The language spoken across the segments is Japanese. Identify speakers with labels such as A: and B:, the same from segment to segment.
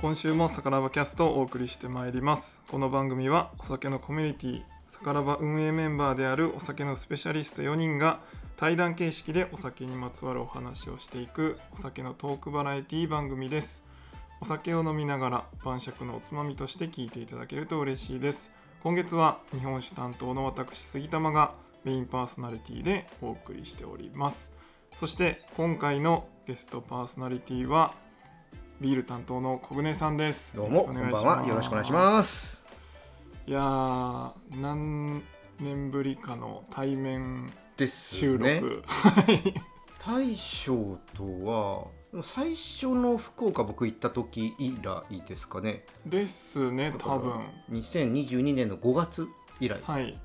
A: 今週もサカラバキャストをお送りしてまいりますこの番組はお酒のコミュニティサカラバ運営メンバーであるお酒のスペシャリスト4人が対談形式でお酒にまつわるお話をしていくお酒のトークバラエティ番組ですお酒を飲みながら晩酌のおつまみとして聞いていただけると嬉しいです今月は日本酒担当の私杉玉がメインパーソナリティでお送りしておりますそして今回のゲストパーソナリティはビール担当の小舟さんです
B: どうもこんばんはよろしくお願いします
A: いやー何年ぶりかの対面
B: です
A: 収録、
B: ね
A: はい
B: 大将とはでも最初の福岡僕行った時以来ですかね
A: ですね多分
B: 2022年の5月以来
A: はい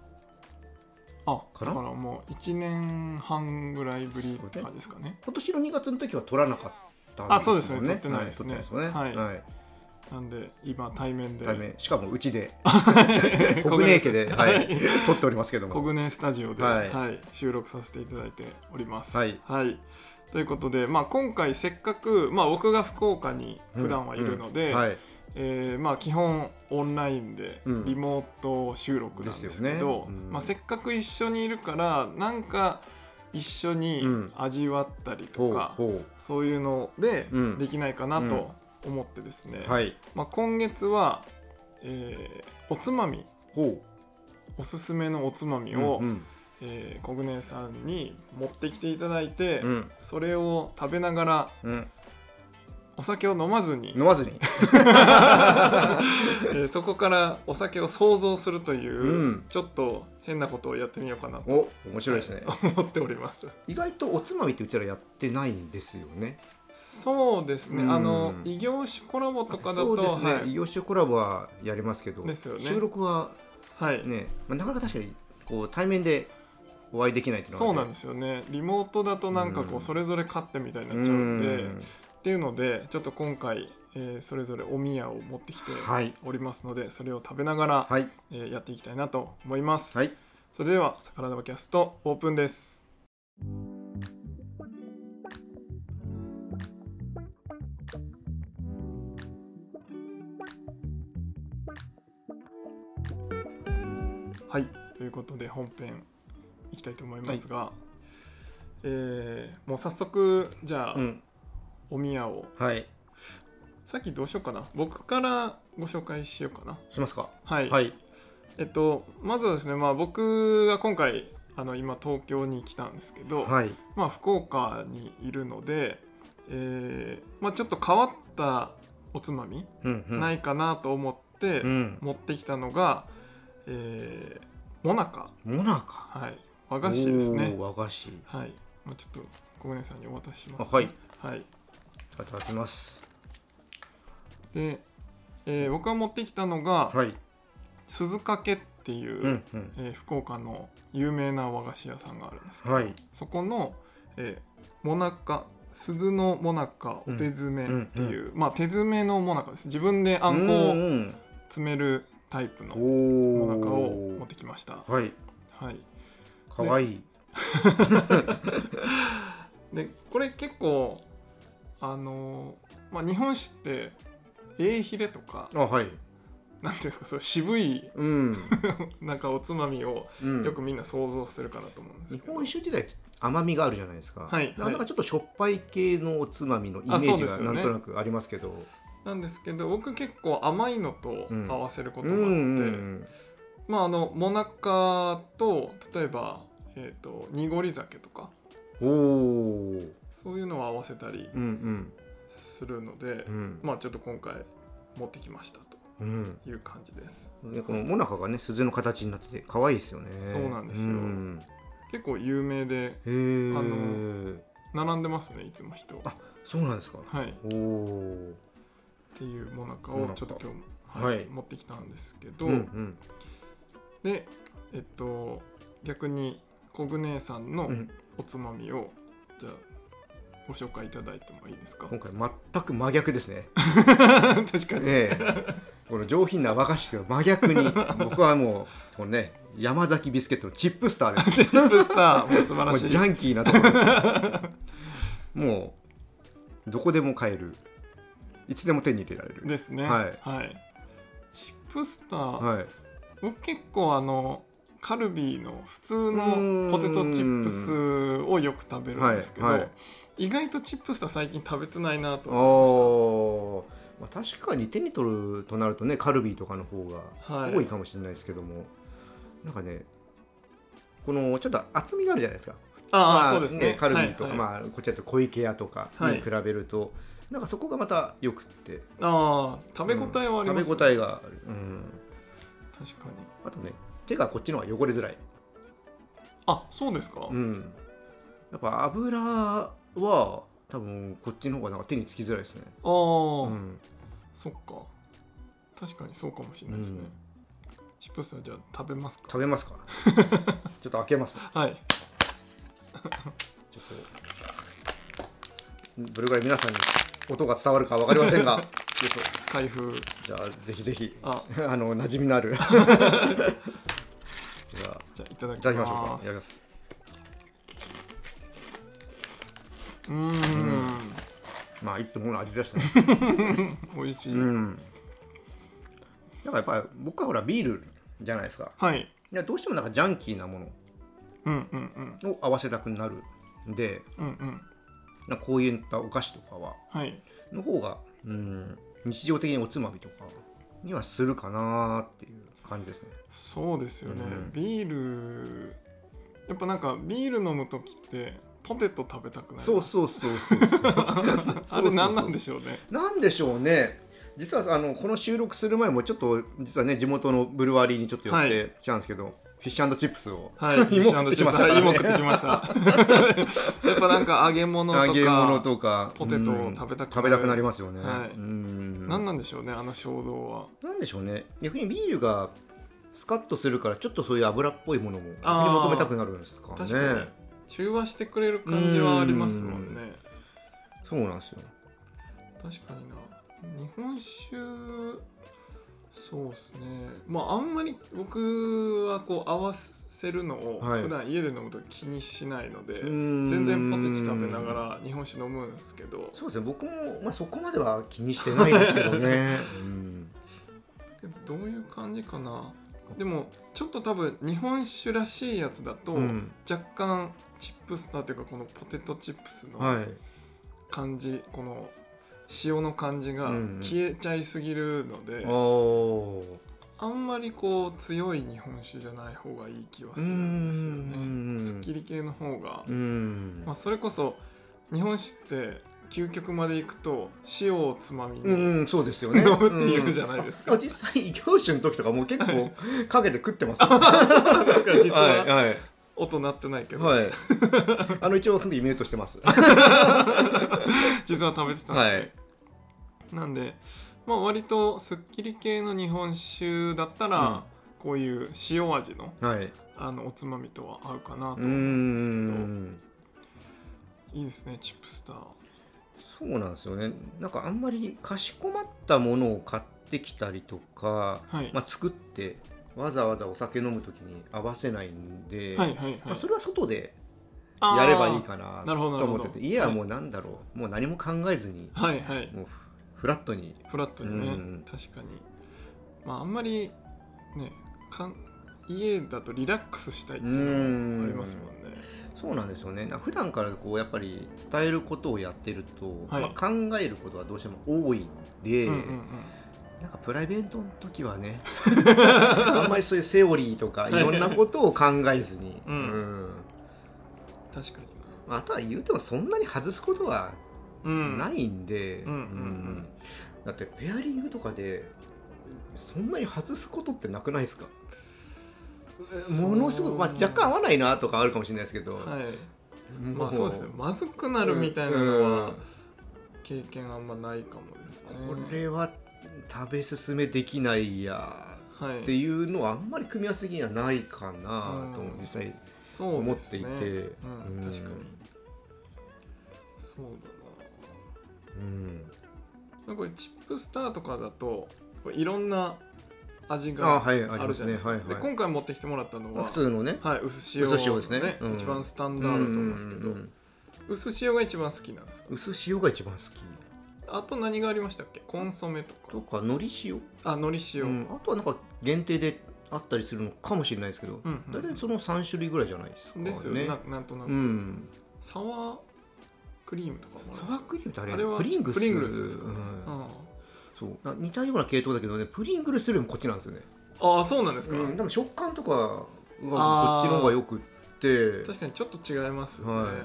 A: あだ
B: かな
A: からもう1年半ぐらいぶりとかですかね
B: 今年の2月の時は取らなかったん
A: あそうですね
B: よ
A: 撮ってないですね
B: は撮ってないですよね
A: は
B: はい
A: なんで今対面で
B: 対面しかもうちで
A: 小
B: 国
A: 舟
B: 内家で、はい、撮っておりますけど
A: コ
B: も
A: グネスタジオで、は
B: はいい
A: 収録させていただいております。
B: はい
A: ということで、まあ、今回せっかく、まあ、僕が福岡に普段はいるので、
B: うんはい、
A: えーまあ、基本オンラインで
B: うん
A: リモート収録なんですけ
B: ですよ
A: ど
B: ねうん
A: まあ、せっかく一緒にいるからなんか一緒に
B: うん
A: 味わったり
B: ほ
A: と
B: う
A: か、
B: ほ
A: そういうので
B: うん
A: できないかなと思ってですね、
B: うはい
A: まあ、今月は、えーおつまみ
B: ほ
A: おすすめのおつまみ
B: う
A: を、
B: うん
A: えー、コグネさんに持ってきていただいて、
B: うん
A: それを食べながら
B: うん、
A: お酒を飲まずに
B: 飲、まずに、
A: えーそこからお酒を想像するという、
B: うん
A: ちょっと変なことをやってみようかなと
B: お面白 いですね
A: 思っております
B: 意外とおつまみってうちらやってないんですよね
A: そうですね、
B: うん
A: あの異業種コラボとかだ
B: そ
A: と
B: うですね、
A: は
B: イ
A: い
B: オシコラボはやりますけど、
A: ですよね
B: 収録は
A: はい
B: ね、まあ、なかなか確かにこう対面でお会いできないっていうの
A: そうなんですすよねリモートだとなんかこ
B: う
A: うんそれぞれ勝手みたいになっちゃうんで、っていうのでちょっと今回、えーそれぞれお宮を持ってきて
B: はい
A: おりますので、それを食べながら、
B: はい
A: えーやっていきたいなと思います、
B: はい
A: それでは「サカラダバキャスト」オープンですはいということで本編いきたいと思いますが、えーもう早速じゃあ、
B: うん
A: お宮を
B: はい
A: さっきどうしようかな僕からご紹介しようかな
B: しますか
A: はい、
B: はい
A: えっと、まずはですね、まあ、僕が今回あの今東京に来たんですけど、
B: はい
A: まあ、福岡にいるので、えーまあ、ちょっと変わったおつまみ
B: うんうん
A: ないかなと思って
B: うん
A: 持ってきたのが、えーもなか、
B: モナカ
A: はい、和菓子ですね
B: おー。和菓子
A: はいまあ、ちょっと小舟さんにお渡しします、
B: あはい、
A: はい
B: いただきます
A: でえー僕が持ってきたのが、
B: はい
A: 鈴掛けっていう、
B: うんうん
A: えー福岡の有名な和菓子屋さんがあるんですけど
B: はい
A: そこの、えー、もなか鈴のもなかお手詰めっていう、まあ手詰めのもなかです自分であんこ
B: う
A: を
B: ん
A: 詰めるタイプのも
B: うんお
A: なかを
B: ー
A: 持ってきました
B: はい
A: はい
B: かわいい
A: でこれ結構あのーまあ日本酒ってえーひれとか
B: あはい
A: なんていうんですかそう渋い
B: うん
A: なんかおつまみを
B: う ん
A: よくみんな想像するかなと思うんです
B: 日
A: けど、
B: 本酒自体甘みがあるじゃないですか、
A: はい
B: なんかちょっとしょっぱい系のおつまみのイメ
A: あそう
B: ージ
A: です
B: が
A: よ
B: な
A: ね
B: んとなくありますけど
A: なんですけど僕結構甘いのと
B: うん
A: 合わせるこ
B: う
A: と
B: ん
A: があって、
B: うん
A: まああのもなかと例えば、えー、と濁り酒とか
B: うんおー
A: そういうのを合わせたり
B: うん
A: するので、
B: うんうん
A: まあちょっと今回持ってきましたと
B: うん
A: いう感じです
B: でこのモナカがね鈴の形になってて可愛いですよね
A: そうなんですよ
B: ん
A: 結構有名で
B: へえ
A: あ並んでますねいつも人
B: あそうなんですか
A: はいっ
B: おー
A: ていうもなか
B: も
A: を
B: なか
A: ちょっと今日も、
B: はい
A: 持ってきたんですけど、
B: うんうん
A: でえっと逆にコグ姉さんの
B: うん
A: おつまみを、じゃあご紹介いただいてもいいですか
B: 今回全く真逆ですね
A: 確かに、
B: ええこの上品な和菓子とは真逆に僕はもうこのね山崎ビスケットのチップスターで
A: チ
B: す
A: ップスターもう素晴
B: も
A: ら
B: う
A: し
B: ジ
A: い
B: ャンキーなところですもうどこでも買えるいつでも手に入れられる。
A: ですね
B: はい
A: チップスター、
B: はい、
A: 僕結構あのカルビーの普通
B: う
A: の
B: ーん
A: ポテトチップスをよく食べるんですけど、
B: はいはい
A: 意外とチップスター最近食べてないなと思い
B: おまあ、確かに手に取るとなるとねカルビーとかの方が
A: ました。はい
B: 多いかもしれないですけども、なんかねこのちょっと厚みがあるじゃないですか
A: ああ、
B: まあ
A: そうですね
B: カルビーとか、
A: はいはい
B: まあ、こっちだと小池屋とかに比べると、なんかそこがまたよくって
A: ああ食べ応えはあります、
B: 食べ応えがある、うん、
A: 確かに
B: あとね手がこっちの方が汚れづらい、
A: あそうですか、
B: うん、やっぱ油は多分こっちの方がなんか手につきづらいですね、
A: ああ、
B: うん、
A: そっか確かにそうかもしれないですね、
B: うん
A: チップスターじゃあ食べますか
B: 食べ ますかちょっと開けます
A: はい
B: ちょっとどれぐらい皆さんに音が伝わるか分かりません がよいしょ
A: 開封
B: じゃあぜひぜひ
A: あ
B: あの馴染みのあ るじゃあ
A: じゃあいただ
B: い
A: き
B: ただきましょうか
A: ま
B: いただき
A: す
B: ます
A: うーん
B: まあいつもの味ですね
A: 美味しい、
B: うんなんかやっぱり僕はほらビールじゃないですか
A: はい
B: いやどうしてもなんかジャンキーなも
A: うんうんうん
B: のを合わせたくなるんで
A: うんうん
B: なんかこういったお菓子とかは
A: はい
B: の方がうん日常的におつまみとかにはするかなーっていう感じですね
A: そうですよね、
B: うん
A: ビールやっぱなんかビール飲む時ってポテト食べたくなる
B: そうそうそうそうそう
A: あれ何なんでしょうね
B: なんでしょうね実はあのこの収録する前もちょっと実はね地元のブルワリーにちょっと寄っ
A: は
B: てきたんですけど、フィッシュチップスを
A: はい、
B: 芋
A: フィッシュアンドチップス
B: 食ってきましたから ね
A: はい芋食ってきました。 やっぱなんか揚げ物とか、
B: 揚げ物とか
A: ポテトを
B: うん
A: 食べたくなる
B: 食べたくなりますよね、
A: はい
B: うん
A: 何なんでしょうね、あの衝動は。
B: なんでしょうね逆にビールがスカッとするからちょっとそういう油っぽいものも逆
A: あー
B: に求めたくなるんですかね
A: 確かに、中和してくれる感じはありますもんね。
B: そうなんですよ
A: 確かにな。日本酒、そうですね。まあ、あんまり僕はこう合わせるのを
B: はい
A: 普段家で飲むと気にしないので、全
B: 全
A: 然ポテチ食べながら日本酒飲むんですけど、
B: そうですね僕も、まあ、そこまでは気にしてないですけど ね、うん
A: けどどういう感じかな。でもちょっと多分日本酒らしいやつだと、
B: うん
A: 若干チップスターというかこのポテトチップスの
B: はい
A: 感じ、この塩の感じが
B: うん
A: 消えちゃいすぎるので、
B: おー
A: あんまりこう強い日本酒じゃない方がいい気はするんですよね
B: うん
A: すっきり系の方が、
B: うん
A: まあ、それこそ日本酒って究極までいくと塩をつまみに、
B: うん、そうですよね。
A: 飲むっていうじゃないですか
B: うんあ実際、異業種の時とかもう結構かけて食ってますよ、は
A: だから
B: い
A: 実は
B: はい
A: 音鳴ってないけど、
B: はい。あの一応そのイメージとし てます。
A: 実は食べてたんですね、なんで、まあ、割とすっきり系の日本酒だったら、こういう塩味の
B: はい。
A: あのおつまみとは合うかなと、
B: うーん。
A: いいですねチップスター
B: そうなんですよね。なんかあんまりかしこまったものを買ってきたりとか、
A: はい
B: まあ作ってわざわざお酒飲む時に合わせないんで、
A: はいはいはい、
B: まあそれは外で
A: あー
B: やればいいかな
A: ーな
B: と
A: るほど
B: 思って
A: なるほど
B: て、家はもうなんだろう、もう何も考えずに、
A: はいはい
B: もうフラットに
A: フラットにね、
B: うん
A: 確かにまああんまりねかん家だとリラックスしたいっていうのもありますもんね
B: そうなんですよね。な普段からこうやっぱり伝えることをやってると、
A: はい
B: まあ、考えることはどうしても多いんで、
A: うんうんうん
B: なんかプライベートの時は ね、あんまりそういうセオリーとかいろんなことを考えずに、
A: うん
B: うん
A: 確かに
B: まああとは言うてもそんなに外すことは
A: なうん
B: ないんで、
A: うんうんうんうん
B: だってペアリングとかでそんなに外すことってなくないですか？ものすごくまあ若干合わないなとかあるかもしれないですけど、
A: はい
B: も
A: まあそうですねまずくなるみたいなの
B: う
A: は
B: ん
A: 経験あんまないかもですね
B: これは食べ進めできないや
A: はい
B: っていうのはあんまり組み合わせ的にはないかなと
A: うん
B: 実際
A: そう
B: 思
A: で
B: っ
A: すね
B: ていて、
A: うん、
B: うん
A: 確かにそう
B: うん
A: だなこれチップスターとかだとこれいろんな味
B: あ
A: が
B: はいあ
A: あ
B: り
A: る
B: ま
A: じ
B: す
A: ゃない
B: ね
A: ですか
B: はいは
A: で
B: い
A: 今回持ってきてもらったの
B: まあ
A: は
B: 普通のね
A: はい、薄塩
B: 薄塩ですねうん
A: 一番スタンダードだと思うんですけど、
B: うんうんうん
A: 薄塩が一番好きなんですか
B: 薄塩が一番好き
A: あと何がありましたっけコンソメと
B: と
A: か
B: かのり塩、
A: あのり塩、
B: う
A: うん
B: ん、あとはなんか限定であったりするのかもしれないですけど
A: うん
B: 大体、その3種類ぐらいじゃないですかね
A: ですよねななんとなく、
B: うん
A: サワークリームとかもあ
B: サ
A: るん
B: ワ
A: です
B: ークリームってあ
A: か
B: れ
A: あれは
B: プリングス
A: ですかね、
B: うん
A: あ
B: そうな似たような系統だけどねプリングルスよりもこっちなんですよね、
A: あーそうなんですか、
B: うん、でも食感とかは
A: あー
B: こっちの方がよくって
A: 確かにちょっと違いますよね、
B: はい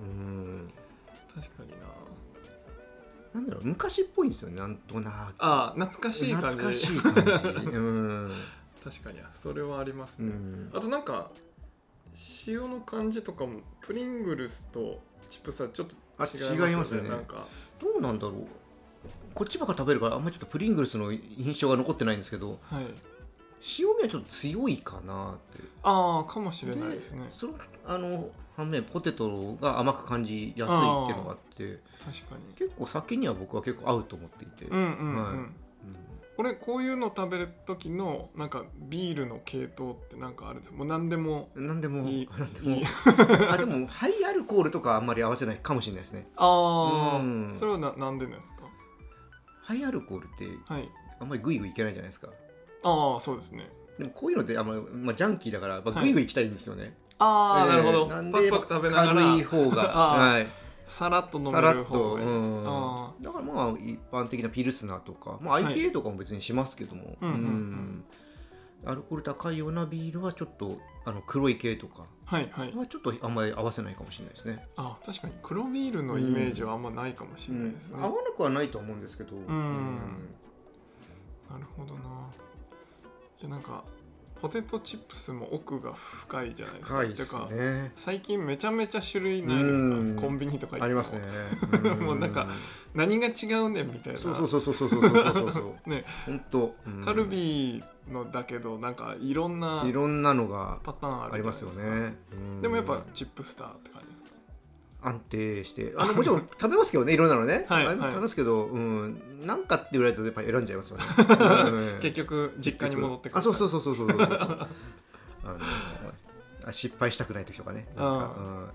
B: うん
A: 確かにな
B: なんだろう昔っぽいんですよねなんとなく
A: ああ懐かしい感じ
B: 懐かしい感 じうん、
A: 確かにそれはあります
B: う
A: ね、
B: ん
A: あとなんか塩の感じとかもプリングルスとチップスはちょっと違いますよね
B: あ違いますね
A: なんか
B: どうなんだろうこっちばっか食べるからあんまりちょっとプリングルスの印象が残ってないんですけど
A: はい
B: 塩味はちょっと強いかなって
A: ああかもしれないですね
B: そのあの反面ポテトが甘く感じやすいっていうのがあって
A: 確かに
B: 結構酒には僕は結構合うと思っていて、
A: うんうんうん、
B: はいうん
A: これこういうの食べる時のなんかビールの系統ってなんかあるんですもう何でも
B: なんでも
A: いい
B: なんで
A: い
B: も
A: い
B: あでもハイアルコールとかあんまり合わせないかもしれないですね
A: ああ、
B: うん
A: それはななんでなんですか
B: ハイアルコールって
A: はい
B: あんまりグイグイいけないじゃないですか
A: ああそうですね
B: でもこういうのってあんまり、まあ、ジャンキーだからやっぱ
A: はい
B: グイグイ行きたいんですよね、
A: ああ、な
B: えー
A: るほど
B: な
A: パ
B: ん
A: ク
B: で
A: パク食べながら
B: 軽い方 が
A: あー
B: はい
A: さらっと飲め
B: さら
A: る
B: っと、
A: 方
B: う
A: がいい
B: ん
A: あ
B: だからまあ一般的なピルスナーとか、まあ、
A: はい
B: IPA とかも別にしますけども、
A: うんうんうん
B: アルコール高いようなビールはちょっとあの黒い系とか
A: はいはい
B: はちょっとあんまり合わせないかもしれないですね、
A: あ確かに黒ビールのイメージはあんまないかもしれないですね、
B: 合わなくはないと思うんですけど、
A: んなるほどないやなんかポテトチップスも奥が深いじゃないですか
B: 深いで
A: て
B: す
A: か
B: ね
A: 最近めちゃめちゃ種類ないです
B: うん
A: かコンビニとか行っても
B: ありますね
A: もうなんか何が違うねんみたいな
B: そうそうそうそうそうそうそうそうそ う
A: ね
B: 本当、うん
A: カルビーのだけどなんかいろんない
B: ろんなのが
A: パターンあ
B: あ
A: る
B: り
A: じゃない
B: ます
A: で
B: よ
A: すか
B: ね、うん
A: でもやっぱチップスターって感じですか
B: 安定 してあのもちろん食べますけどねいろんなのね、
A: はい
B: あれも
A: はい、
B: 食べますけど、うん、なんかって言われるとやっぱ選んじゃいますよね
A: 結局実家に戻ってく
B: くるあそうそう
A: う
B: そうそうそうそうそうあのあ失敗したくない時とかねなんか
A: あ
B: うん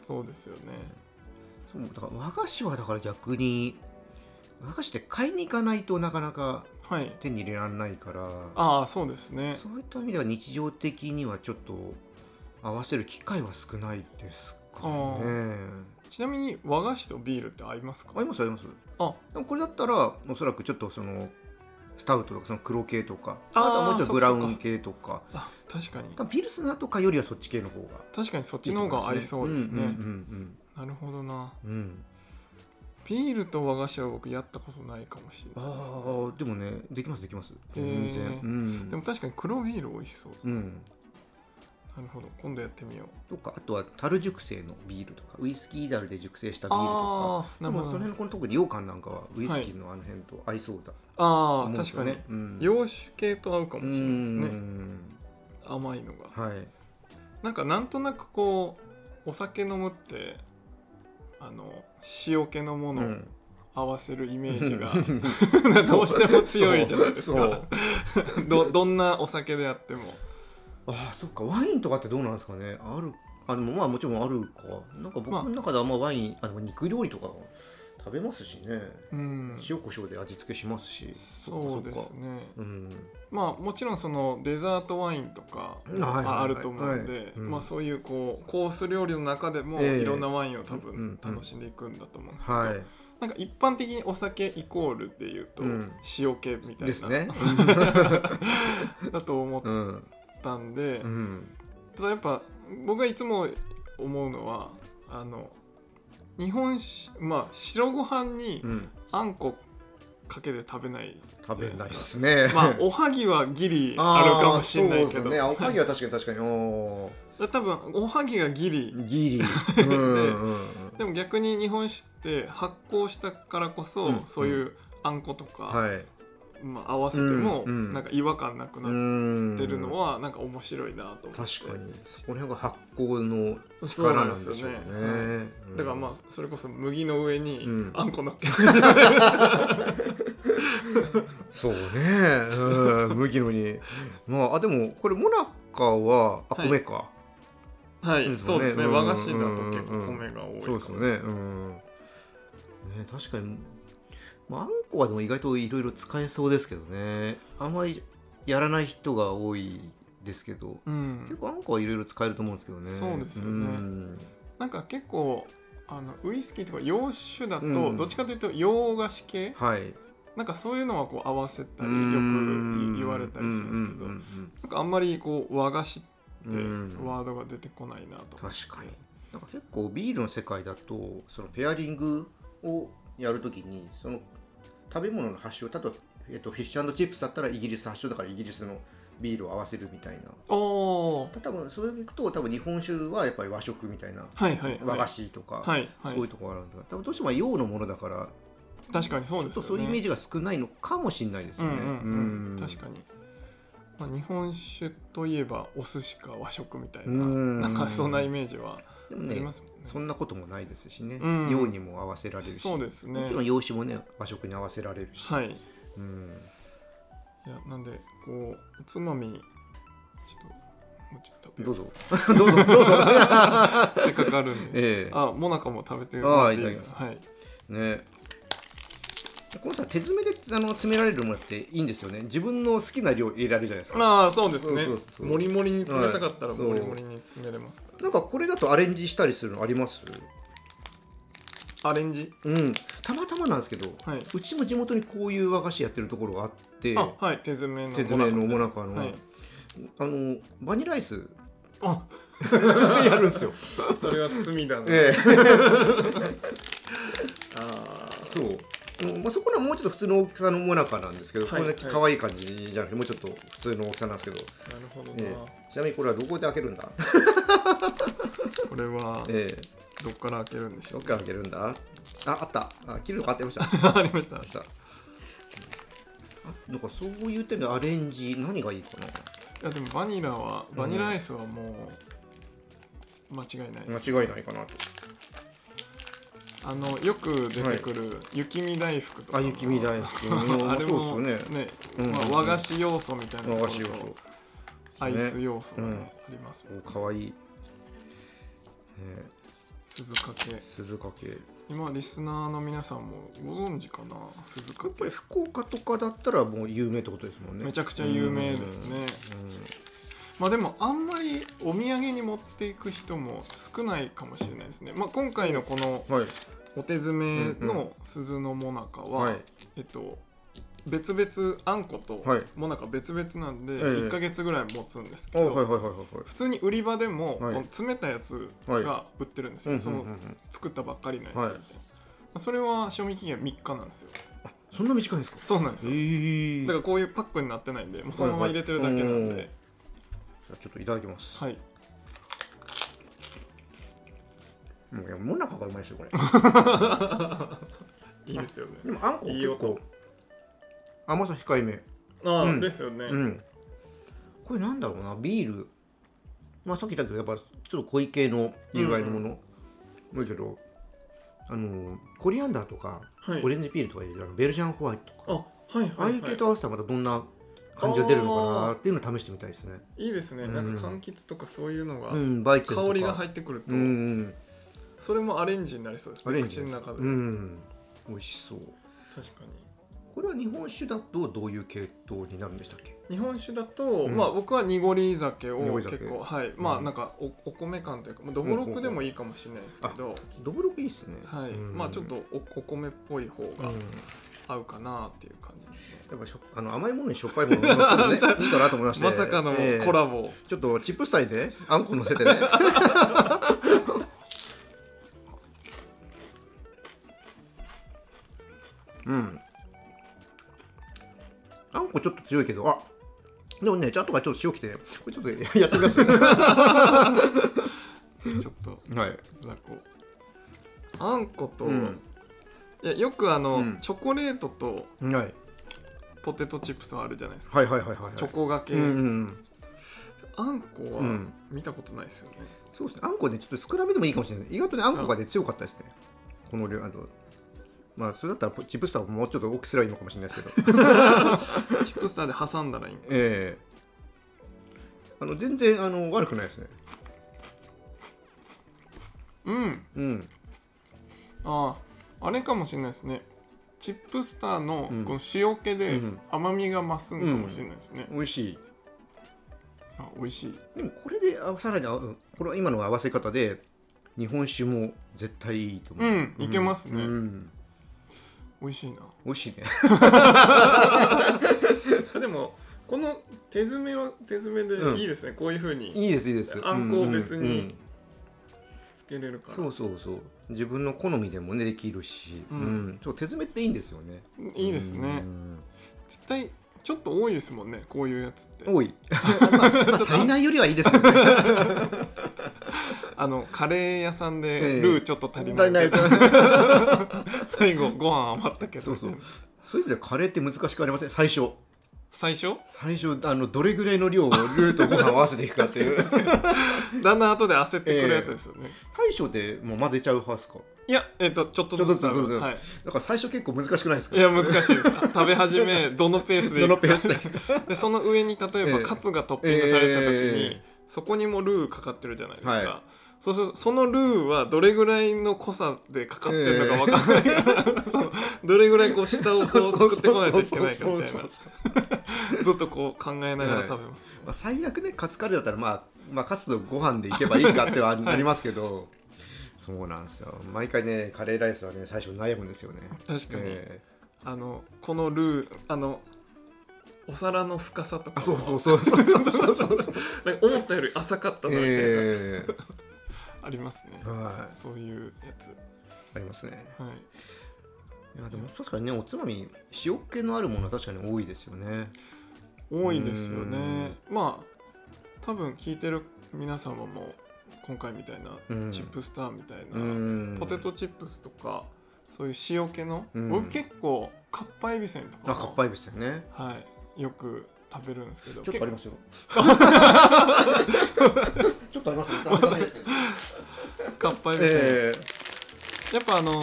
A: そうですよね
B: そうだから和菓子はだから逆に和菓子って買いに行かないとなかなか
A: はい
B: 手に入れられないから
A: ああそうですね
B: そういった意味では日常的にはちょっと合わせる機会は少ないですか
A: あ
B: ね
A: ちなみに和菓子とビールって合いますか
B: 合います合います
A: あ
B: でもこれだったらおそらくちょっとそのスタウトとかその黒系とか
A: あ
B: あ
A: ー
B: とはもちろんブラウ
A: そっ
B: ン
A: か
B: 系とか
A: あ確かに
B: 多分ピルスナーとかよりはそっち系の方が
A: 確かにそっ
B: い
A: ち
B: いと
A: の
B: 思
A: 方
B: いま
A: が合いそうですね
B: うん
A: なるほどな
B: うんうんうんうん
A: ビールと和菓子は僕やったことないかもしれないですね、
B: ああでもねできますできます
A: へ
B: 全
A: ー
B: 然、うん
A: でも確かに黒ビール美味しそう
B: うん
A: なるほど今度やってみよう
B: とかあとは樽熟成のビールとかウイスキー樽で熟成したビールとか
A: あー
B: で
A: なる
B: も
A: ほ
B: そ
A: ど
B: の辺のこの特に羊羹なんかはウイスキーのあの辺と合いそうだと
A: あ
B: 思う
A: あ
B: んです
A: 確か
B: よ
A: に、
B: ね、うん
A: 洋酒系と合うかもしれないです
B: う
A: ね
B: ん
A: 甘いのが
B: はい
A: なんかなんとなくこうお酒飲むってあの塩気のものを合わせるイメージが、 どうしても強いじゃないです
B: そ
A: か
B: う
A: どどんなお酒であっても
B: ああそっかワインとかってどうなんですかねあるあでもまあもちろんあるかなんか僕の中ではあんまワイン、あ、でも肉料理とか食べますしね、
A: うん
B: 塩コショウで味付けしますし
A: そうです
B: ね
A: ね
B: うん
A: まあもちろんそのデザートワインとか
B: あはいはいはい
A: ああると思うんで、
B: はいうん
A: まあ、そういうこうコース料理の中でも
B: ええ
A: いろんなワインを多
B: うんうん
A: 分
B: うん
A: 楽しんでいくんだと思うんですけど、
B: は
A: なんか一般的にお酒イコールっていうと
B: うん
A: 塩気み
B: い
A: たい
B: です
A: な、
B: ね
A: だと思っ
B: うん
A: たんで、
B: うん
A: ただやっぱ僕がいつも思うのはあの日本酒まあ白ご飯に
B: うん
A: あんこかけて食べない、
B: 食べないですね
A: まあおはぎはギリあるかもしれないけ
B: あーそう
A: ど、
B: ですねあおはぎは確かに確かにお
A: 多分おはぎがギリ
B: ー ギリうんうんうん
A: でも逆に日本酒って発酵したからこそ、
B: うん
A: そういうあんことか、
B: はい
A: まあ、合わせても
B: うんうん
A: なんか違和感なくなっ
B: ん
A: てるのはなんか面白いなと思って
B: 確かにそこら辺が発酵の
A: そうな
B: 力
A: ん
B: なん
A: で
B: ですし
A: よ
B: ょう
A: ね
B: ね
A: はいだからまあそれこそ麦の上に
B: うん
A: あんこのっけ、
B: あそうね、 うん、麦のにまああでもこれモナカはあ
A: はい
B: 米か、
A: はい、
B: です
A: そ
B: よね
A: うですね、
B: うん
A: 和菓子だと結構米が多いか
B: そう
A: も
B: で
A: し
B: す
A: れ
B: よ
A: な
B: ね
A: い
B: うんね確かにまあ、あんこはでも意外といろいろ使えそうですけどねあんまりやらない人が多いですけど
A: うん
B: 結、構あんこはいろいろ使えると思うんですけどね
A: そうですよね
B: ん
A: なんか結構あのウイスキーとか洋酒だと、
B: うん
A: どっちかというと洋菓子系
B: はい
A: なんかそういうのはこう合わせたりよく
B: うん
A: 言われたりするんですけど、
B: う
A: なんかあんまりこう和菓子って
B: うんうんうん
A: ワードが出てこないなと思って
B: 確かになんか結構ビールの世界だとそのペアリングをやるときにその食べ物の発祥例えば、えっと、フィッシュチップスだったらイギリス発祥だからイギリスのビールを合わせるみたいな
A: おー
B: 多分それでいくと多分日本酒はやっぱり和食みたいな
A: はいはいはい
B: 和菓子とか、
A: はいは
B: そうい
A: いう
B: ところがあるんだから多分どうしても洋のものだから
A: 確かにそう
B: ちょ
A: で
B: っ
A: すよ
B: と
A: ね
B: そういうイメージが少ないのかもしれないです
A: う
B: よ
A: ん
B: ね。
A: うんうん
B: うん
A: 確かに、まあ、日本酒といえばお寿司か和食みたいな
B: うん
A: なんかそんなイメージは
B: で
A: あ
B: も
A: りま
B: ね
A: すもんね
B: そんなこともないですしね、
A: うん
B: 洋にも合わせられるし
A: そうですね
B: もちろん洋酒もね和食に合わせられるし、
A: はいい
B: うん
A: やなんでこうおつまみちょっともうちょっと食べ
B: ど
A: よ
B: うぞ どうぞどうぞ
A: うせっかくあるんで、
B: え
A: あもなかも食べてもらっていいです
B: あ
A: はい
B: えねこのさ手詰めであの詰められるものっていいんですよね自分の好きな量入れられるじゃないですか
A: まあそうですね
B: そうそうそう
A: もりもりに詰めたかったら
B: はいそう
A: もりもりに詰めれますから、
B: なんかこれだとアレンジしたりするのあります
A: アレンジ
B: うんたまたまなんですけど、
A: はいう
B: ちも地元にこういう和菓子やってるところがあって
A: あはい手詰めの
B: 手詰めのもなかの、
A: はい
B: あのバニラアイス
A: あ
B: やるんですよ
A: それは罪だね、
B: ええ
A: あ
B: そう、うんまあ、そこらはもうちょっと普通の大きさのもなかなんですけど、
A: はい
B: これだけ可愛い感じじゃなくてもうちょっと普通の大きさなんですけど、
A: あなるほどな、
B: ええちなみにこれはどこで開けるんだ、
A: これは
B: ええ
A: どっから開けるんでしょ
B: ど
A: う
B: っから開けるんだああったあ切るの買ってましたあ
A: ありました
B: したあなんかそういう点でアレンジ何がいいかない
A: やでもバニラはバニラアイスはもう間違いないです、
B: 間違いないかなと
A: あのよく出てくる雪見大福とか
B: あ
A: も
B: 雪見大福う ん
A: あれも
B: そうで
A: ね
B: すよねうん
A: まあ、和菓子要素みたいな
B: 和
A: と
B: 菓
A: ころ
B: 子要
A: と
B: 素
A: アイス要素が、ね
B: うん
A: ありますもん
B: おかわいい、ねえ
A: 鈴かけ
B: 鈴かけやっ
A: 今リスナーの皆さんもご存知かな鈴か
B: ぱ
A: け
B: り福岡とかだったらもう有名ってことですもんね
A: めちゃくちゃ有名ですね、まあでもあんまりお土産に持っていく人も少ないかもしれないですね、まあ、今回のこの
B: うんはい
A: お手詰め
B: うんう
A: の鈴のもなかは、
B: はい
A: えっと別々あんこと
B: はい
A: もなか別々なんで
B: ええ
A: 1ヶ月ぐらい持つんですけ
B: あは
A: ど、
B: いはいはいはいはい
A: 普通に売り場でも、
B: はい
A: この詰めたやつが売ってるんですよ、
B: うんうん
A: そ
B: うんう
A: の
B: ん
A: 作ったばっかりのやつみたいな
B: はい
A: それは賞味期限3日なんですよ
B: あそんな短いんですか
A: そうなんですよ、
B: ええ
A: だからこういうパックになってないんでもうそのまま入れてるだけなんで、
B: はいはいじゃあちょっといただきます、
A: はい
B: もういやもなかがうまいですよこ れ
A: いいですよね
B: でもあんこ結構甘さ控えめ
A: ああ、
B: うん
A: ですよね、
B: うんこれなんだろうなビールまあさっき言ったけどやっぱちょっと濃い系の色合いのもの、だけどあのコリアンダーとか、
A: はい
B: オレンジピールとか入れてあのベルジャンホワイトと
A: あ
B: か
A: はいはい、
B: あ
A: は
B: あ
A: い、
B: いう系と合わせたらまたどんな感じが出るのかなっていうのを試してみたいですね
A: いいですね、
B: うん
A: なんか柑橘とかそういうのが、
B: うんバイチェンとか
A: 香りが入
B: っ
A: ってくると、
B: うんうん
A: それもアレンジになりそうです
B: アレ
A: ね
B: ンジ
A: 口の中で、
B: うん美味しそう
A: 確かに
B: これは日本酒だとどういう系統になるんでしたっけ
A: 日本酒だと、
B: うん
A: まあ僕は濁り酒を
B: 濁り
A: 結
B: 酒
A: 構はいまあ
B: うん
A: なんかおお米感というかまあどぼろくでもいいかもしれないですけど、
B: どぶろくいいっすね
A: はい
B: うん
A: まあちょっとおお米っぽい方
B: う
A: が
B: ん
A: 合うかなっていう感じですね、
B: やっぱしょあの甘いものにしょっぱいもの飲み ますよねいいかなと思いまして
A: まさかのコ
B: え
A: ラ ボ、
B: えちょっとチップスタイであんこ乗せてねうんあんこちょっと強いけどあでもねちゃんとがちょっと塩きてこれちょっとやってみますは
A: ちょっと
B: い
A: なんかこうあんこと、
B: うん
A: いやよくあの、
B: うん
A: チョコレートと
B: はい
A: ポテトチップスはあるじゃないですか、
B: はいはいはいはいはい
A: チョコがけ、
B: うんうん
A: あんこ
B: う
A: は
B: ん
A: 見たことないですよね、
B: そうですね、あんこね、ちょっと少なめでもいいかもしれない。意外とね、あんこがね、強かったですね。この量、あと、まあ、それだったらポ、チップスターももうちょっと大きすらいいのかもしれないです
A: チ
B: けど、
A: ップスターで挟んだらいいん
B: ええあの、全然、あの、悪くないですね。
A: うん
B: うん。
A: あああれかもしれないですねチップスターの
B: うん
A: この塩気
B: う
A: で
B: ん
A: 甘みが増すんかもしれないですね、
B: 美味しい
A: あ美味しい
B: でもこれであさらにあうんこれは今の合わせ方で日本酒も絶対いいと思う
A: うんいけますね
B: うん
A: 美味しいな
B: 美味しいね
A: でもこの手詰めは手詰め
B: うん
A: でいいですね、こういうふうに
B: いいですいいです
A: あんこを別に
B: うんうんうん
A: つけれるから、
B: そうそうそう自分の好みでもねできるし、
A: う
B: うんんちょっと手詰めっていいんですよね
A: いいですね、
B: うん
A: 絶対ちょっと多いですもんねこういうやつって
B: 多いまあ、まあ、足りないよりはいいですよね
A: あのカレー屋さん
B: え
A: で
B: え
A: ルーちょっと足
B: 足
A: り
B: り
A: ない,、
B: ない
A: 最後ご飯余ったけど
B: そうそう そういう意味ではカレーって難しくありません最初
A: 最初
B: 最初あのどれぐらいの量をルーとご飯を合わせていくかっていう
A: だんだん後で焦ってくるやつですよね、
B: 大将でもう混ぜちゃう派ですか
A: いやえっ、とちょっとずつ
B: ちょっと
A: 食
B: ず
A: べ
B: つ
A: ますはい
B: だから最初結構難しくないですか
A: いや難しいです食べ始め どのペースで
B: どのペースで行くか
A: でその上に例えば
B: ええ
A: カツがトッピングされた時に、
B: ええ
A: そこにもルーかかってるじゃないですか、
B: は
A: そうするとそのルーはどれぐらいの濃さでかかってるのか分かんないから、そのどれぐらいこう下をこう作ってこないといけないかみたい
B: そうそうそう
A: な
B: そう
A: ずっとこう考えながら食べます、
B: まあ、最悪ねカツカレーだったらまあ、まあ、カツとご飯でいけばいいかってはなりますけど、そうなんですよ毎回ねカレーライスはね最初悩むんですよね
A: 確かに、
B: え
A: あのこのルーあのお皿の深さと
B: ーあ
A: か
B: そうそううそうそうそうそうそうそう、
A: 思ったより浅かったなみたいな、
B: えー
A: ありますね、
B: はい
A: そういうやつ
B: ありますね
A: はい
B: いやでも確かにねおつまみ塩気のあるものは確かに多いですよね
A: 多いですよねまあ多分聞いてる皆様も今回みたいな
B: うん
A: チップスターみたいな、
B: うん
A: ポテトチップスとかそういう塩気の、
B: うん
A: 僕結構かっぱえびせんとか
B: あかっぱ
A: え
B: えびですよね
A: はいよく食べるんですけど
B: ちょっとありますす よちょっとありますよ
A: かっぱえびせん、
B: えー
A: やっぱあの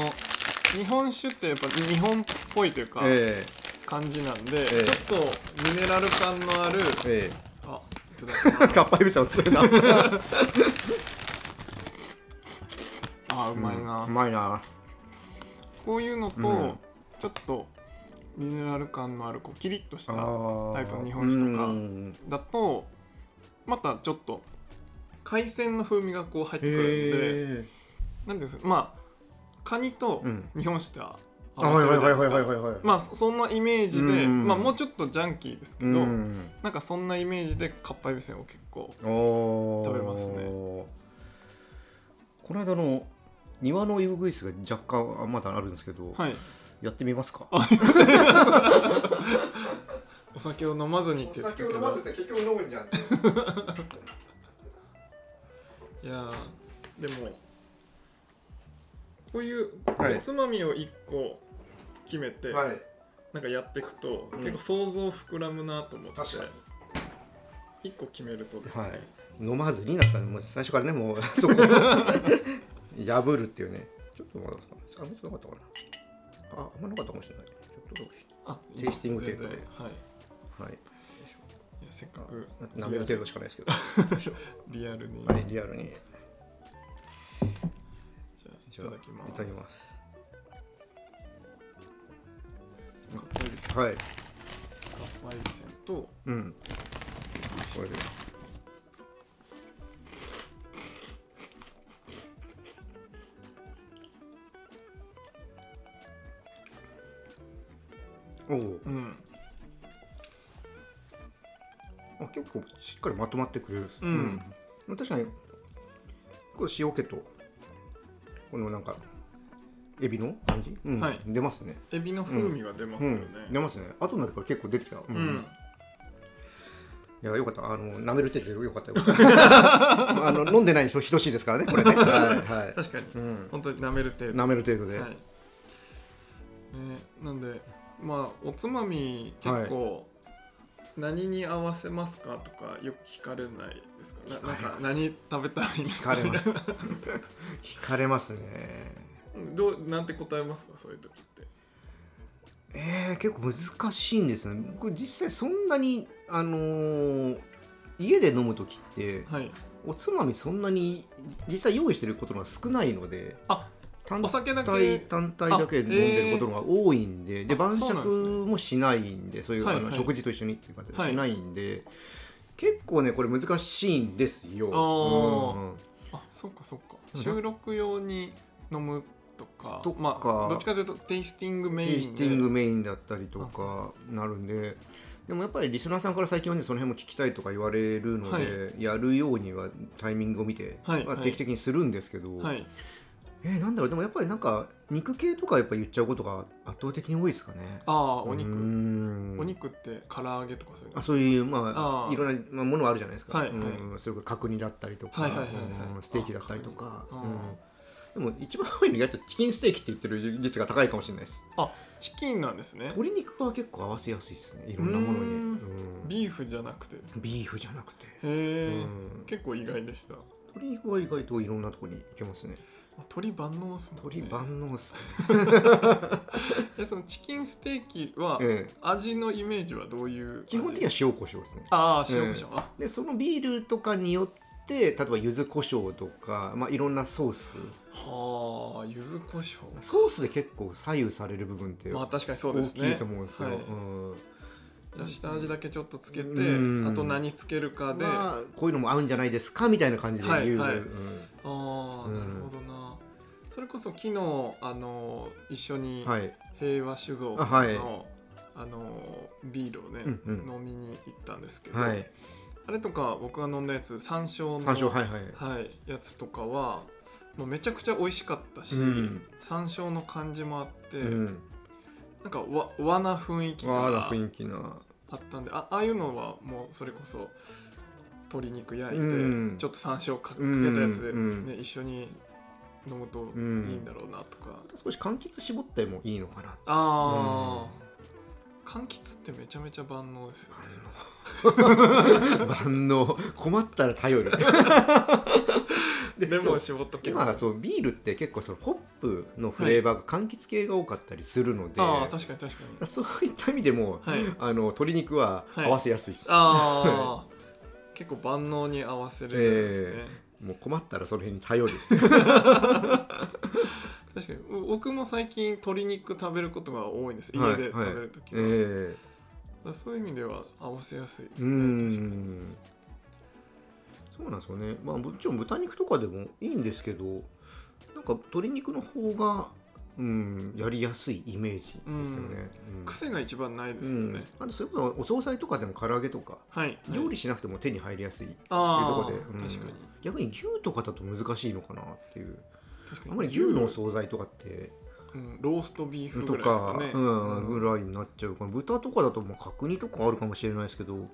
A: 日本酒ってやっぱ日本っぽいというか
B: え
A: 感じなんで、
B: え
A: ちょっとミネラル感のある
B: ー、え
A: あいただき
B: ー、
A: ます
B: かっぱえびさんをつけたう
A: あうまいな、
B: んうまいな
A: こういうのと、
B: うん
A: ちょっとミネラル感のあるこうキリッとしたタ
B: タ
A: イプの日本酒とか
B: うん
A: だとまたちょっと海鮮の風味がこう入ってくるんで
B: へえ
A: 何ていうんですかまあカニと
B: うん
A: 日本酒って合
B: あはいはいはい
A: で
B: はい
A: すか
B: はいはいはい
A: まあそそんなイメージで、
B: うん
A: まあ、もうちょっとジャンキーですけど、
B: うん
A: なんかそんなイメージでかっぱえびせんを結構
B: おー
A: 食べますね
B: この間の庭のイググイスが若干あまだあるんですけど、
A: はい
B: やってみますか
A: お酒を飲まずにって言ってたけど
B: て結局飲むんじゃん
A: いやーでもこういう
B: はい
A: おつまみを1個決めて、
B: はい
A: なんかやっていくと、
B: うん
A: 結構想像膨らむなと思って
B: 確か
A: 1個決めるとですね、
B: はい飲まずになさんもう最初からねもうそこを破るっていうねちょっとまだあもうちょっとなかったかなああんまなかったかもしれないちょっとどうし
A: あ
B: テイスティングテープで
A: 全然はい
B: はいよいし
A: いやせっかく
B: ょ舐める程度しかないですけど
A: リアルに、
B: はいリアルに
A: じゃあいただきます
B: いただきます
A: かっこいいですか
B: はい
A: っこいいですねと
B: うんこれでおお
A: うん
B: あ結構しっかりまとまってくれるです、
A: うん
B: うん確かにこれ塩気とこのなんかエビの感じ、うん
A: はい
B: 出ますね
A: エビの風味が出ますよね、
B: うん、出ますね後になってから結構出てきた、う
A: うんん
B: いやよかったあの舐める程度でよかったよ かったあの飲んでない人等しいですからね これねはい、はい
A: 確かに
B: うん、
A: 本当に舐める程度
B: 舐める程度で、
A: はいね、なんでまあおつまみ結構、何に合わせますかとかよく聞かれないですかな
B: 聞かれます
A: なんか何食べたいで
B: 惹
A: す
B: か
A: か
B: れ
A: みたい
B: ます
A: な
B: 惹かれますね
A: どうなんて答えますかそういう時って
B: えー、結構難しいんですね僕実際そんなにあのー家で飲む時って
A: はい
B: おつまみそんなに実際用意してることが少ないので
A: あ
B: 単
A: お酒だ
B: 体
A: け
B: 単体だけで飲んでることの方が多いんでで
A: あ
B: 晩
A: そうなんですね
B: 酌もしないんでそういう、
A: はい
B: あの
A: はい
B: 食事と一緒にっていう感じで
A: はい
B: しないんで、結構ねこれ難しいんですよ。
A: あー
B: うんうん
A: あそっかそっか
B: うん
A: 収録用に飲むとか
B: とか
A: まあ、どっちかというとテイスティングメインで
B: テイスティングメインだったりとかなるんででもやっぱりリスナーさんから最近はねその辺も聞きたいとか言われるので、やるようにはタイミングを見て、
A: はい
B: まあ
A: はい
B: 定期的にするんですけど、
A: はい
B: えーなんだろうでもやっぱりなんか肉系とかやっぱ言っちゃうことが圧倒的に多いですかね。
A: ああお
B: うー
A: 肉
B: ん
A: お肉って唐揚げとかそういうの
B: あそういうまあ
A: あー
B: いろんな、まあ、ものはあるじゃないですか、
A: はいはい
B: うん、それこそ角煮だったりとか、
A: はいはいはいはい
B: うんステーキだったりとか
A: あ、
B: うん、でも一番多いのがやっぱチキンステーキって言ってる率が高いかもしれないです
A: チキンなんですね
B: 鶏肉は結構合わせやすいですねいろんなものに
A: うーん
B: うん
A: ビーフじゃなくてですへ
B: ビーフじゃなくて、
A: え、
B: うん
A: 結構意外でした
B: 鶏肉は意外といろんなとこに行けますね
A: あ鳥万能ですもんね
B: 鶏万能っすね、
A: え そのチキンステーキは
B: ええ
A: 味のイメージはどういう味
B: 基本的には塩コショウですね
A: ああ塩コショウ、あ
B: でそのビールとかによって例えば柚子胡椒とか、まあ、いろんなソース
A: はあ柚子胡椒
B: ソースで結構左右される部分って
A: まあ
B: 大
A: 確かにそうですね
B: きいと思うんですよ、
A: はい
B: うん
A: じゃあ下味だけちょっとつけて
B: うん
A: あと何つけるかで、あ
B: まあ、こういうのも合うんじゃないですかみたいな感じで言う、
A: はいはい
B: うん
A: あー
B: うん
A: なるほどなそれこそ昨日あの一緒に
B: はい
A: 平和酒造さんの、あのビールをね、
B: うんうん
A: 飲みに行ったんですけど、
B: はい
A: あれとか僕が飲んだやつ山椒の
B: 山椒はいはい
A: はい、やつとかはもうめちゃくちゃ美味しかったし、
B: うん
A: 山椒の感じもあって、
B: うん
A: なんか和和な雰囲気
B: わあ
A: が
B: な雰囲気な
A: あったんであああいうのはもうそれこそ鶏肉焼いて、
B: うん
A: ちょっと山椒かか
B: うん
A: けたやつで、ね
B: うん
A: 一緒に飲むといい
B: ん
A: んだろうなとか、
B: あと少し柑橘絞ってもいいのかな
A: ああ、柑橘ってめちゃめちゃ万能ですよね
B: 万能困ったら頼る で
A: レモ
B: そ
A: ン
B: う
A: 絞っとけば
B: 今そうビールって結構そのホップのフレーバーが柑橘系が多かったりするので、
A: ああ確かに確か
B: そういった意味でも
A: にはい
B: あの鶏肉は
A: はい
B: 合わせやすいです、
A: ああ結構万能に合わせれるんですね、
B: えもう困ったらその辺に頼 る
A: 確かにう僕も最近鶏肉食べることが多いんです
B: はい
A: 家で食べるときは、だ
B: え
A: からそういう意味では合わせやすいで
B: え
A: す
B: う
A: ね確かに
B: んそうなんですよねまあもちろん豚肉とかでもいいんですけどなんか鶏肉の方がうんやりやすいイメージですよね、うん
A: 癖が一番ないですよね、
B: うん、あとそういうことはお惣菜とかでも唐揚げとか
A: はい
B: 料
A: はい
B: 理しなくても手に入りやすいっていうと
A: あ
B: こ
A: あ
B: ろで、うん
A: 確かに
B: 逆に牛とかだと難しいのかなっていう
A: 確かに
B: あんまり牛のお惣菜とかって
A: うん、ローストビーフ
B: と
A: ぐらいです
B: か
A: かね
B: うん、
A: うん
B: ぐらいになっちゃうから豚とかだともう角煮とかあるかもしれないですけど
A: ま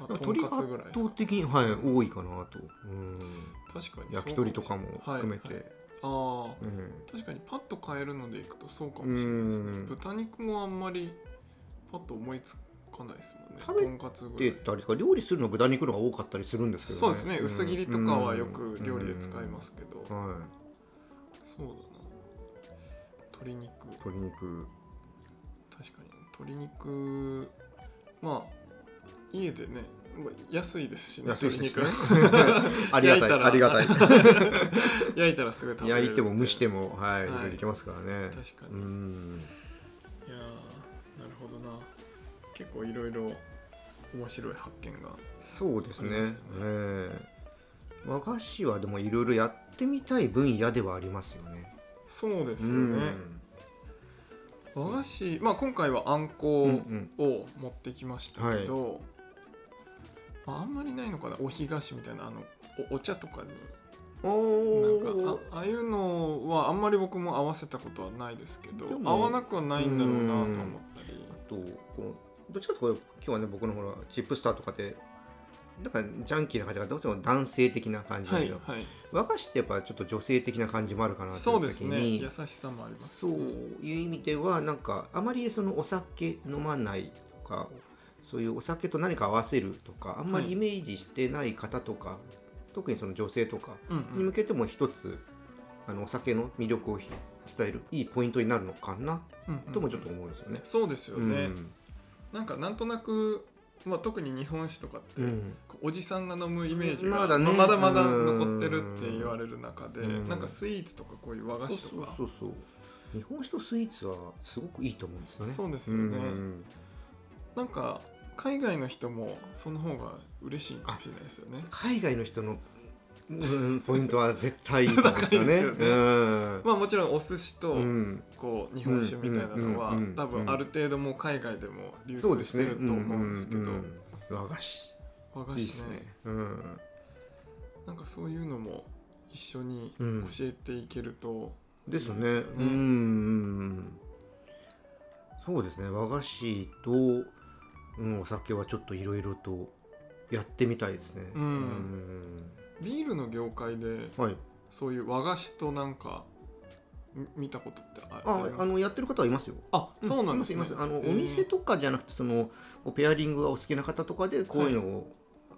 A: あとん
B: 鶏が
A: かつ
B: 圧
A: ぐらいです
B: 倒
A: か
B: 的に、はい、多いかなと、うん、
A: 確かに
B: 焼き鳥とかも含めて、
A: はいはいああ
B: うん
A: 確かにパッと買えるのでいくとそうかもしれないですね
B: うん
A: 豚肉もあんまりパッと思いつかないですもんね
B: 食べ
A: とんかつぐら
B: で
A: い
B: たりとか料理するのは豚肉の方が多かったりするんですけど、ね、
A: そうですね、薄切りとかはよく
B: うん
A: 料理で使いま、すけど、
B: うんはい、
A: そうだな鶏肉確
B: 鶏肉
A: かに鶏肉まあ家でねまあ安いですしね
B: 安いですね
A: 鶏
B: あり
A: 焼
B: がたい
A: いたら
B: ありがたい
A: 肉 焼いたらすぐ食べれるんで
B: 焼いても蒸してもはい、
A: はい
B: できますからね
A: 確かに、
B: う
A: い
B: ん
A: やーなるほどな結構いろいろ面白い発見が
B: そうです
A: あ
B: ね
A: りましたね
B: ええ和菓子はでもいろいろやってみたい分野ではありますよね
A: そうですよ
B: う
A: ね、
B: ん
A: 和菓子まあ今回はあんこ
B: うんうん
A: を持ってきましたけど、まあ、あんまりないのかなおひ菓子みたいなあのおお茶とかになん
B: お
A: かあああいうのはあんまり僕も合わせたことはないですけど
B: でも
A: 合わなくはないんだろうなと思ったり
B: とこのどっちかというとこう今日はね僕のほらチップスターとかでだからジャンキーな感じがどうしても男性的な感じだ
A: は
B: け
A: い
B: ど、
A: はい
B: 和菓子ってやっぱちょっと女性的な感じもあるかなと
A: そう
B: 思
A: で
B: った
A: す
B: 時
A: ね
B: に
A: 優しさもあります
B: そ
A: ね、
B: ういう意味ではなんかあまりそのお酒飲まないとかそういうお酒と何か合わせるとかあんま
A: は
B: り
A: い
B: イメージしてない方とか、特にその女性とか
A: うん
B: に
A: う
B: 向
A: ん、
B: けても一つ、あのお酒の魅力を伝えるいいポイントになるのかな
A: うんうん
B: ともちょっと思うんですよね。
A: そうですよね、
B: うん
A: なんかなんとなくまあ、特に日本酒とかって、
C: うん
A: こうおじさんが飲むイメージが
B: まだね
A: まだまだ残ってるって言われる中で
C: うん
A: なんかスイーツとかこういう和菓子と
B: そう
A: か
B: そうそう日本酒とスイーツはすごくいいと思うんですよね
A: そうです
B: う
A: よね
B: ん
A: なんか海外の人もその方が嬉しいかもしれないですよね
B: 海外の人のうんポイントは絶対いいと思うんですよ ね
A: 高いですよね
B: うん
A: まあもちろんお寿司と
B: うん
A: こう日本酒みたいなのは
B: うんうんうんうん
A: 多分ある程度もう海外でも流
B: そうで
A: 通し
B: す
A: て
B: ね
A: ると思うんですけど
B: んんうん和菓子
A: 和
B: い
A: 菓
B: いで
A: 子
B: す
A: ね
B: ねうん
A: なんかそういうのも一緒に
B: うん
A: 教えていけると
B: です
A: いい
B: ねうんうんうんそうですね和菓子と、うん、お酒はちょっといろいろとやってみたいですね
A: うんビールの業界で
B: うんはい
A: そういう和菓子となんかみ見たことってああ
B: あ
A: ります
B: あのやってる方はいますよ
A: あそうなんです
B: い
A: ね。
B: ますいますあの
A: へ
B: お
A: ー
B: 店とかじゃなくてそのこうペアリングがお好きな方とかでこういうのを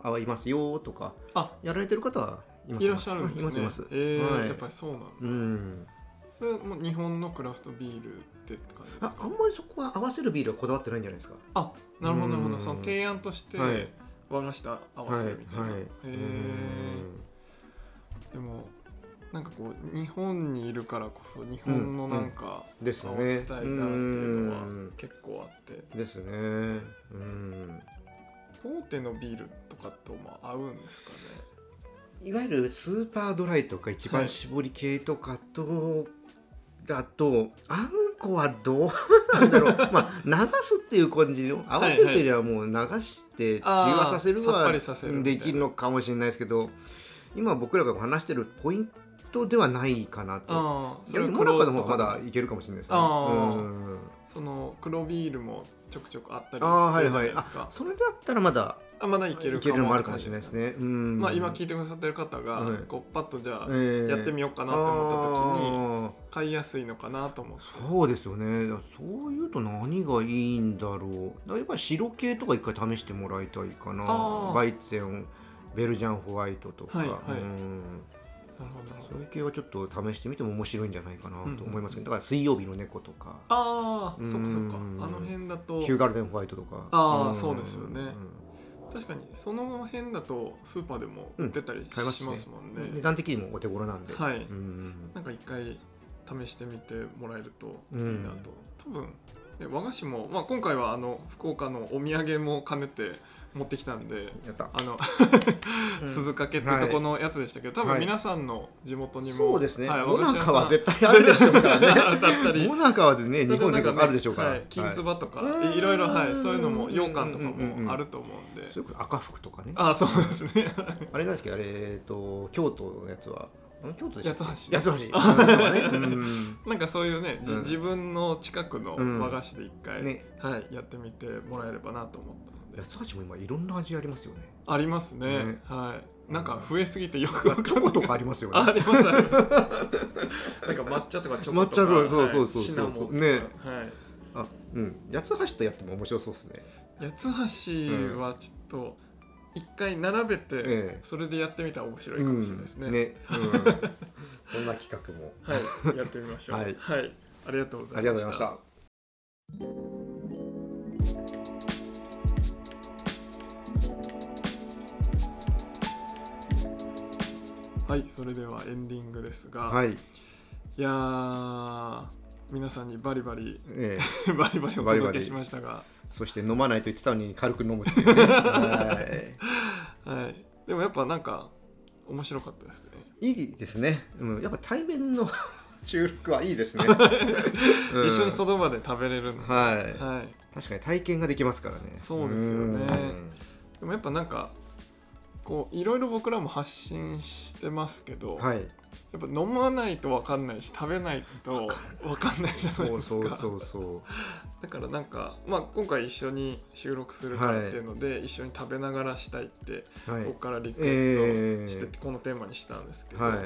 B: あいますよとか
A: あ
B: やられてる方はいます
A: いらっしゃるんですね。
B: いますいます
A: えー
B: はい
A: やっぱりそうなんだ。
B: うん
A: それはもう日本のクラフトビールってって感じで
B: あ
A: す
B: あ
A: か
B: ん。まりそこは合わせるビールはこだわってないんじゃないですか
A: あなるほどな
B: うん
A: るほど。その提案として
B: はい
A: 和菓子と合わせるみたいな。
B: はいはい
A: へーでもなんかこう日本にいるからこそ日本のなんか
B: うんです
A: 合
B: ね
A: わせたいなっていうのは
B: うん
A: 結構あって、
B: ですねうん
A: 大手のビールとかとも合うんですかね。
B: いわゆるスーパードライとか一番搾り系とかと、だとあんこはどうなんだろ うまあ流すっていう感じの合わせるというよりはもう流して中和させる
A: あーさっ
B: は
A: ぱりさせるみたい
B: で
A: な
B: きるのかもしれないですけど今僕らが話してるポイントではないかなと。
A: ああ、
B: いや
A: は
B: モナカの方がまだいけるかもしれないですね。
A: あー
B: うん
A: その黒ビールもちょくちょくあったり
B: あー
A: す
B: は
A: るじゃ
B: い
A: な
B: はいい。
A: ですか
B: あ。それだったらまだ
A: あまだい
B: い
A: け
B: け
A: る
B: る
A: か
B: のもあるかもしれないです
A: ね。
B: ね。うん
A: まあ今聞いてくださってる方が、
B: はい
A: こうパッとじゃあ、
B: えー
A: やってみようかなって思った時に
B: あー
A: 買いやすいのかなと思って。
B: そうですよねだからそういうと何がいいんだろうだからやっぱり白系とか一回試してもらいたいか
A: あー
B: なバイツェンベルジャンホワイトとか、
A: はいはい
B: うん
A: なるほどなるほ
B: そ
A: ど。
B: ういう系はちょっと試してみても面白いんじゃないかなと思いますけど、だから水曜日の猫とか
A: ああ、
B: うん
A: そっかそっか。あの辺だと
B: ヒューガルデンホワイトとか
A: あー
B: ん
A: そうですよね確かにその辺だとスーパーでも売ってたりし
B: 買えますね
A: ますもん
B: うん
A: ね。
B: 値段的にもお手頃なんで、
A: はい
B: うん
A: なんか一回試してみてもらえるとい
B: うん
A: いなと、多分で和菓子も、まあ、今回はあの福岡のお土産も兼ねて持ってきたんで
B: やった
A: あの、
B: うん
A: 鈴掛けっていうとこのやつでしたけど、多分皆さんの地元にも、
B: そうですね、
A: はい
B: モナカは絶対あ
A: 和菓子屋
B: るでし
A: さ
B: ょ
A: ん
B: うか ら ね
A: だったり
B: モナカはね日本
A: 例えばなん
B: 全国
A: ね
B: あるでしょうから、
A: はい、金つばとか、
B: はい
A: い、ろいろ、はい、そういうのも
B: うん
A: 羊羹とか
B: うんうんう
A: も
B: ん
A: あると思うんで、
B: それこそ赤服とかねあ
A: あそうですね
B: れなんですけどあれ、えー、と京都のやつはあの京都でしたっ
A: 八つ
B: け
A: 橋
B: 八つ橋うんとかねうん
A: なんかそういうね、じ
B: うん
A: 自分の近くの
B: うん
A: 和菓子で一回、
B: ね
A: はい、やってみてもらえればなと思ったので
B: 八つ橋も今いろんな味ありますよね
A: ありますね
B: ね
A: はいなんか増えすぎてよく
B: チ
A: わかんない
B: ョコとか ありますよ
A: ああ
B: ね
A: り ますありますなんか抹茶とかチョコとか
B: 抹茶そうそう
A: はい
B: そうそう
A: シナモンとか
B: ね
A: はい
B: あうん八つ橋とやっても面白そうですね
A: 八つ橋はちょっと一回並べて、
B: ええ
A: それでやってみたら面白いか
B: う
A: も
B: ん
A: しれないですね,、
B: ねうんそんな企画も
A: はいやってみましょう
B: はい
A: ありがとうござ
B: あ
A: い
B: りが
A: ま
B: とう
A: し
B: ございましたた
A: はいそれではエンディングですが、い、
B: はい、
A: やー皆さんにバリバ リ
B: ええ
A: バリバリお
B: バリバ
A: 届け
B: リ
A: しましたが
B: そして飲まないと言ってたのに軽く飲むって いうねはい
A: はいでもやっぱなんか面白かったですね
B: いいですね、うん、やっぱ対面の 収録はい いですね、うん
A: 一緒にその場で食べれるの、
B: はい、
A: はい、
B: 確かに体験ができますからね
A: そうですよね
B: うん
A: でもやっぱなんかこういろいろ僕らも発信してますけど、
B: はい
A: やっぱ飲まないと分かんないし食べないと分かんないじゃない
B: そう
A: ですか
B: そうそうそ
A: だからなんか、まあ、今回一緒に収録するからっていうので、一緒に食べながらしたいって
B: うはい
A: ここからリクエストして、
B: え
A: このテーマにしたんですけど、
B: は
A: ま
B: い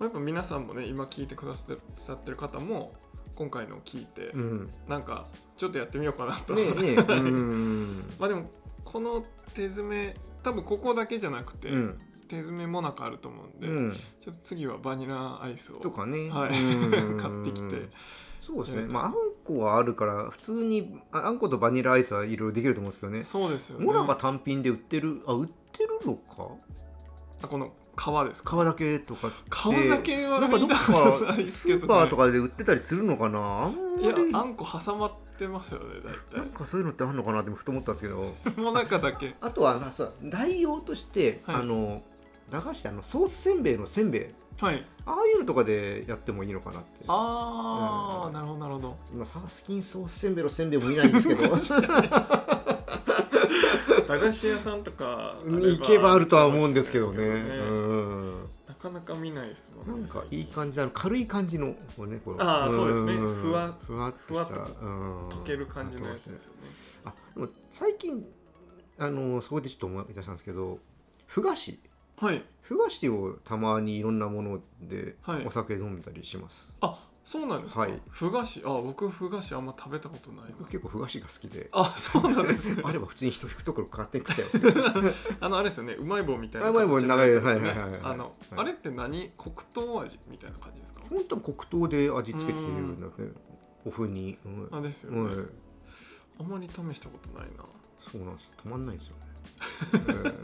A: あやっぱ皆さんもね今聞いてくださってる方も今回のを聞いて、
B: うんね
A: なんかちょっとやってみようかなと、
B: えねえうん
A: まあでもこの手詰め多分ここだけじゃなくて、
B: うん
A: 手詰めもなかあると思うんで、
B: うん
A: ちょっと次はバニラアイスを
B: とかね、
A: はい
B: う ん
A: 買ってきて
B: そうですね
A: うん
B: まああん個はあるから普通にああんことバニラアイスはいろいろできると思うんですけどね
A: そうですよね
B: モナカ単品で売ってるあ売ってるのか
A: あこの皮ですか
B: 皮だけとかって
A: 皮だけは
B: なんかどっか
A: 見たことないです
B: ス
A: けどね
B: ーパーとかで売ってたりするのかなあんま
A: いや
B: り
A: あ
B: なん
A: こ挟まってますよね大
B: んかそういうのってあるのかなってふと思ったんですけど
A: 体もう中だけ
B: あとはまあさ代用として、
A: はい
B: あの駄菓子ってあのソースせんべいのせんべい
A: はい
B: ああいうのとかでやってもいいのかなって
A: ああ、
B: うん
A: なるほどなるほど
B: 今サースキンソースせんべいのせんべいも見ないんですけ ど
A: 駄菓子屋さんとかあれば
B: 行けばあるとは思うんですけどね
A: あるかもしれないですけどね
B: うん
A: なかなか見ないですもんね
B: なんかいい
A: 最近
B: 感じあの軽い感じのこれねこの
A: ああそうですね
B: ん
A: ふわ
B: ふわっとした
A: ふわっと
B: うん
A: 溶ける感じのやつですよね
B: あでも最近あのそこでちょっと思い出したんですけどふ菓子
A: はい
B: ふ菓子をたまにいろんなもので
A: はい
B: お酒飲んだりします、
A: あそうなんですか、
B: はい
A: ふ菓子あ僕ふ菓子あんま食べたことないな
B: 僕結構ふ菓子が好きで
A: あそうなんですね
B: あれば普通に人引くところ勝手に食っちゃいますけど
A: あのあれですよねうまい棒みたいな
B: うまい棒
A: 形のやつですね
B: 長いはいはいはいはい
A: あのあれって何黒糖味みたいな感じですか
B: 本当は黒糖で味付けているんだねお風に、うん
A: あですよね、
B: うん
A: あんまり試したことない な
B: そうなんです止まんないんですよね、え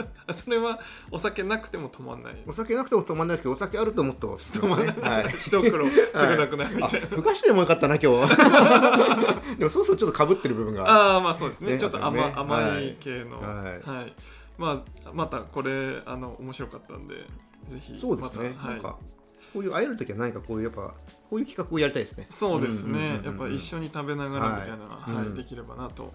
B: え
A: あそれはお酒なくても止まんない
B: お酒なくても止まんないですけどお酒あるともっと
A: 止まんない、
B: はい
A: 一袋すぐなくなるみ
B: あ
A: たいな、
B: ふ菓子でもよかったな今日 はでもそうするとちょっとかぶってる部分が
A: ああまあそうですね
B: ね
A: ちょっと甘,、
B: あとね
A: 甘い系の
B: はい
A: まあまたこれあの面白かったんでぜひ
B: そうですね、
A: また
B: な
A: は
B: ん
A: い
B: かこういう会える時は何かこういうやっぱこういう企画をやりたいですね
A: そうですね、
B: んんんん
A: やっぱ一緒に食べながらみたいなのが、
B: はい
A: はい
B: うん
A: できればなと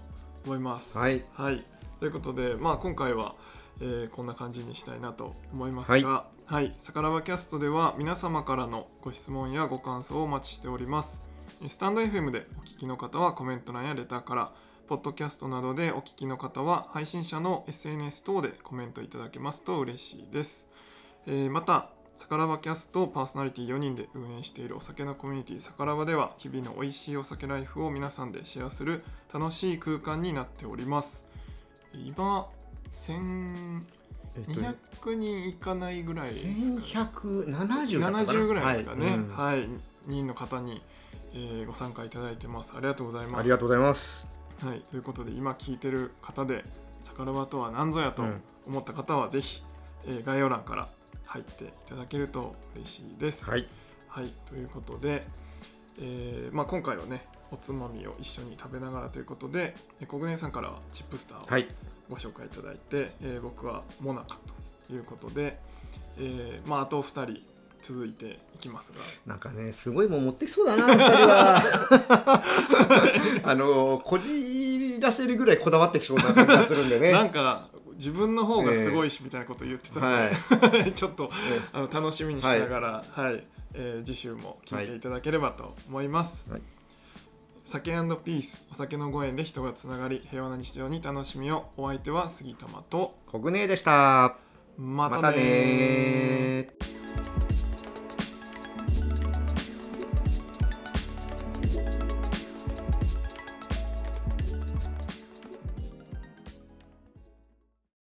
A: 思いますはい、
B: はい
A: ということでまあ今回はえーこんな感じにしたいなと思いますが、はい、さからばキャストでは皆様からのご質問やご感想をお待ちしております。スタンド FM でお聞きの方はコメント欄やレターから、ポッドキャストなどでお聞きの方は配信者の SNS 等でコメントいただけますと嬉しいです。えーまた、さからばキャストパーソナリティ4人で運営しているお酒のコミュニティさからばでは日々の美味しいお酒ライフを皆さんでシェアする楽しい空間になっております。今、1000
B: えっとね
A: 200人いかないぐらいですか、ね、
B: 1170だったかな
A: 70ぐらいですかね
B: は
A: はいい、
B: うん
A: 人の方に、えーご参加いただいてますありがとうございます
B: ありがとうございます
A: はい、ということで今聞いてる方で「サカラバとは何ぞや」と
B: うん
A: 思った方はぜひ、えー概要欄から入っていただけると嬉しいです、
B: はい
A: はい、ということで、えーまあ、今回はねおつまみを一緒に食べながらということでえーコグネさんからはチップスターを
B: はい
A: ご紹介いただいて、えー僕はモナカということで、えーまあ、あと2人続いていきますが
B: なんかねすごいもん持ってきそ うだな二人はあのこじらせるぐらいこだわってきそうな感じがするんでね
A: なんか自分の方がすごいしみたいなこと言ってたの
B: はい、
A: で
B: ね、
A: ちょっとあの楽しみにしながら、はいえー次週も聞いていただければと思います。
B: はい
A: 酒ピースお酒のご縁で人がつながり平和な日常に楽しみをお相手は杉玉と
B: 国内でした
A: また
B: ま
A: ね
B: た
A: ー
B: ねー